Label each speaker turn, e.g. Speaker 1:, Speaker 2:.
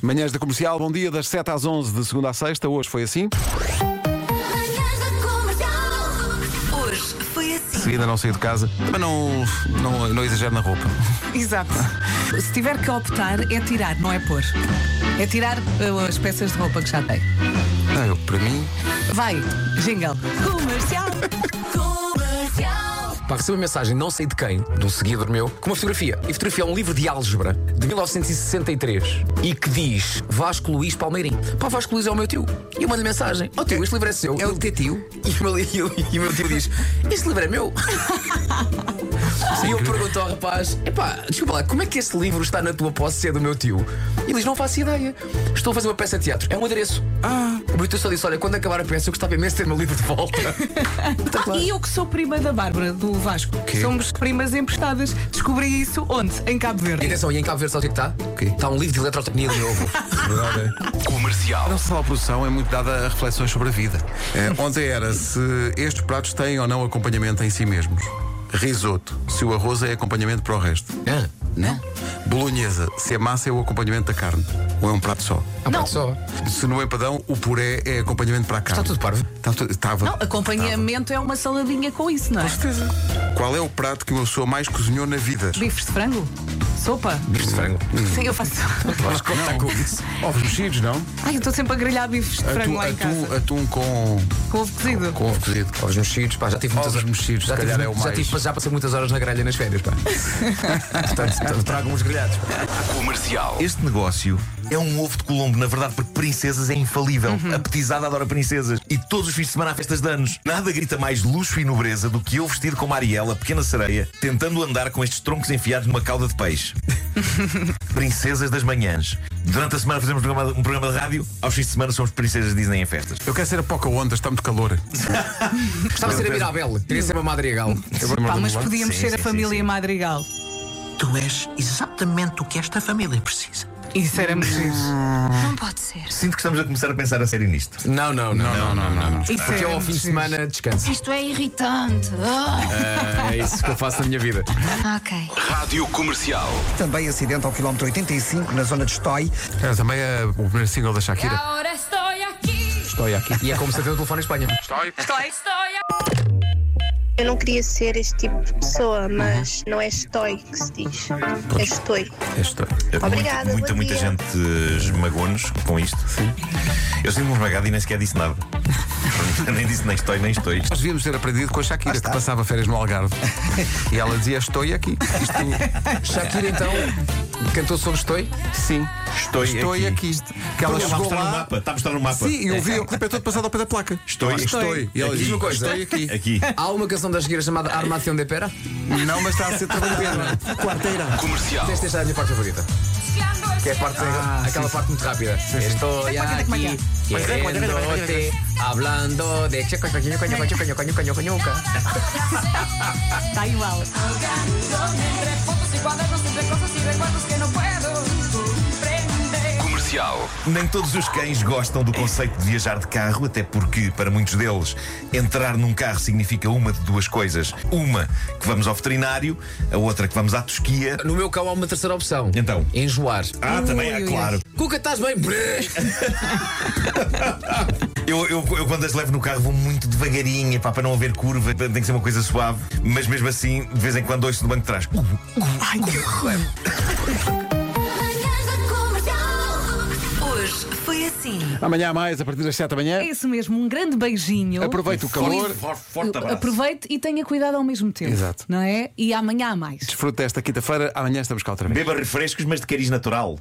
Speaker 1: Manhãs da Comercial, bom dia, das 7 às 11, de segunda à sexta. Hoje foi assim.
Speaker 2: Manhãs da Comercial.
Speaker 3: Hoje foi assim.
Speaker 1: Seguida não saí de casa. Também não, não, não exagero na roupa.
Speaker 4: Exato. Se tiver que optar, é tirar, não é pôr. É tirar uh, as peças de roupa que já tem.
Speaker 1: Não, eu, para mim.
Speaker 4: Vai, jingle. Comercial.
Speaker 2: Comercial.
Speaker 5: Pá, recebi uma mensagem, não sei de quem, de um seguidor meu, com uma fotografia. E a fotografia é um livro de álgebra de 1963 e que diz Vasco Luís Palmeirim. Pá, Vasco Luís é o meu tio. E eu mando mensagem: Ó tio, este livro é seu. É o teu tio. E o meu, e o- e o meu tio diz: Este livro é meu. E eu pergunto ao rapaz: Epá, desculpa lá, como é que esse livro está na tua posse se é do meu tio? E ele diz: Não faço ideia. Estou a fazer uma peça de teatro. É um adereço. Ah. O meu tio só disse: Olha, quando acabar a peça, eu gostava imenso de ter o meu livro de volta. Então, claro.
Speaker 4: E eu que sou prima da Bárbara, do Vasco. Somos primas emprestadas. Descobri isso onde? Em Cabo
Speaker 5: E
Speaker 4: Verde.
Speaker 5: atenção, e em Cabo Verde sabe o que é que está? Está um livro de eletrotecnia de novo.
Speaker 1: é. A nossa sala de produção é muito dada a reflexões sobre a vida. É, ontem era se estes pratos têm ou não acompanhamento em si mesmos. Risoto, se o arroz é acompanhamento para o resto.
Speaker 5: Ah,
Speaker 1: Não. Bolonhesa, se a massa é o acompanhamento da carne. Ou é um prato só.
Speaker 5: ah, pronto, só.
Speaker 1: Se no empadão, o puré é acompanhamento para a carne.
Speaker 5: Está tudo parvo.
Speaker 1: Está tudo- Estava.
Speaker 4: Não, acompanhamento é uma saladinha com isso, não é?
Speaker 1: Qual é o prato que uma pessoa mais cozinhou na vida?
Speaker 4: Bifes de frango? Sopa?
Speaker 5: Bicho de frango.
Speaker 4: Sim, eu faço.
Speaker 1: Acho que não. Ovos mexidos, não?
Speaker 4: Ai, eu estou sempre a grelhar bifes de frango
Speaker 1: Atum,
Speaker 4: lá em
Speaker 1: atum,
Speaker 4: casa.
Speaker 1: atum com,
Speaker 4: Com ovo cozido.
Speaker 1: com ovo cozido.
Speaker 5: Ovos mexidos, pá, já tive muitas
Speaker 1: Ovos mexidos,
Speaker 5: Oh, já
Speaker 1: se
Speaker 5: tive-
Speaker 1: calhar é o
Speaker 5: já
Speaker 1: mais.
Speaker 5: tive- já passei muitas horas na grelha nas férias, pá. Portanto, tra- trago uns grelhados.
Speaker 6: Este negócio é um ovo de Colombo, na verdade, porque princesas é infalível.
Speaker 7: Uhum.
Speaker 6: A petizada adora princesas. E todos os fins de semana há festas de anos. Nada grita mais luxo e nobreza do que eu vestido como Ariela, pequena sereia, tentando andar com estes troncos enfiados numa cauda de peixe. princesas das manhãs. Durante a semana fazemos um programa, um programa de rádio, aos fins de semana somos princesas Disney em festas.
Speaker 1: Eu quero ser a Pocahontas, está muito calor.
Speaker 5: Gostava de ser a Mirabel, queria ser uma madrigal.
Speaker 4: Pá, mas podíamos
Speaker 6: Sim,
Speaker 4: ser a
Speaker 6: sim, sim,
Speaker 4: família
Speaker 6: sim.
Speaker 4: Madrigal.
Speaker 8: Tu és exatamente o que esta família precisa.
Speaker 4: Isso era giro.
Speaker 2: Não pode ser.
Speaker 6: Sinto que estamos a começar a pensar a sério nisto.
Speaker 5: Não, não, não, não, não, não. não.
Speaker 4: Isso
Speaker 5: Porque
Speaker 4: é
Speaker 5: eu ao fim de
Speaker 4: muito
Speaker 5: semana descanso.
Speaker 2: Isto é irritante. Ah.
Speaker 5: É isso que eu faço na minha vida.
Speaker 2: Ok.
Speaker 9: Também acidente ao quilómetro 85, na zona de Stói.
Speaker 1: Era também eh, o primeiro single da Shakira.
Speaker 2: Agora estou aqui.
Speaker 5: Estou aqui. E é como se atende o telefone em Espanha.
Speaker 2: Estou
Speaker 7: Eu não queria ser este tipo de pessoa, mas não é estoy que se diz. É estoi. Obrigada,
Speaker 6: Muita,
Speaker 7: bom
Speaker 6: muita
Speaker 7: dia.
Speaker 6: gente eh, esmagou-nos com isto. Sim. Eu sinto-me esmagado e nem sequer disse nada. nem disse nem estou, nem estou.
Speaker 1: Nós devíamos ter aprendido com a Shakira, que passava férias no Algarve. e ela dizia: Estou aqui. Isto,
Speaker 5: Shakira então cantou sobre Estou.
Speaker 1: sim.
Speaker 6: Estou
Speaker 1: Estou
Speaker 6: aqui.
Speaker 1: aqui. Que ela
Speaker 6: Está a
Speaker 1: chegou
Speaker 6: mostrar
Speaker 1: lá.
Speaker 6: no mapa, está a mostrar no mapa.
Speaker 1: Sim, eu vi o clipe é todo passado ao pé da placa.
Speaker 6: Estou,
Speaker 1: estou.
Speaker 6: estou.
Speaker 1: E ela
Speaker 6: Aqui.
Speaker 1: diz:
Speaker 6: Uma coisa.
Speaker 1: Estou aqui.
Speaker 6: Aqui.
Speaker 5: Há uma canção da Shakira chamada Armação de Pera.
Speaker 1: Não, mas está a ser trabalhada. Quarteira.
Speaker 5: Esta é a minha parte favorita.
Speaker 2: aqui.
Speaker 5: Que é a parte, aquela parte muito rápida. Estou aqui, querendo-te, hablando de... Coño, coño, coño, coño, coño, coño, coño, coño.
Speaker 4: Está igual.
Speaker 2: Entre fotos e quadernos, entre cosas e recuerdos que não puedo comprender.
Speaker 6: Nem todos os cães gostam do conceito de viajar de carro, até porque, para muitos deles, entrar num carro significa uma de duas coisas. Uma, que vamos ao veterinário, a outra, que vamos à tosquia.
Speaker 5: No meu cão há uma terceira opção.
Speaker 6: Então?
Speaker 5: Enjoar.
Speaker 6: Ah, também há, claro.
Speaker 5: Cuca, estás bem?
Speaker 6: Eu, eu, eu quando as levo no carro vou muito devagarinho, pá, para não haver curva, tem que ser uma coisa suave, mas mesmo assim, de vez em quando ouço do banco de trás. Uh,
Speaker 2: Manhãs da Comercial.
Speaker 3: Hoje foi assim.
Speaker 1: Amanhã há mais, a partir das 7 da manhã.
Speaker 4: É isso mesmo, um grande beijinho.
Speaker 1: Aproveite o calor.
Speaker 6: for- forte abraço.
Speaker 4: Aproveite e tenha cuidado ao mesmo tempo.
Speaker 1: Exato.
Speaker 4: Não é? E amanhã há mais.
Speaker 1: Desfrute desta quinta-feira. Amanhã estamos cá outra vez.
Speaker 6: Beba refrescos, mas de cariz natural.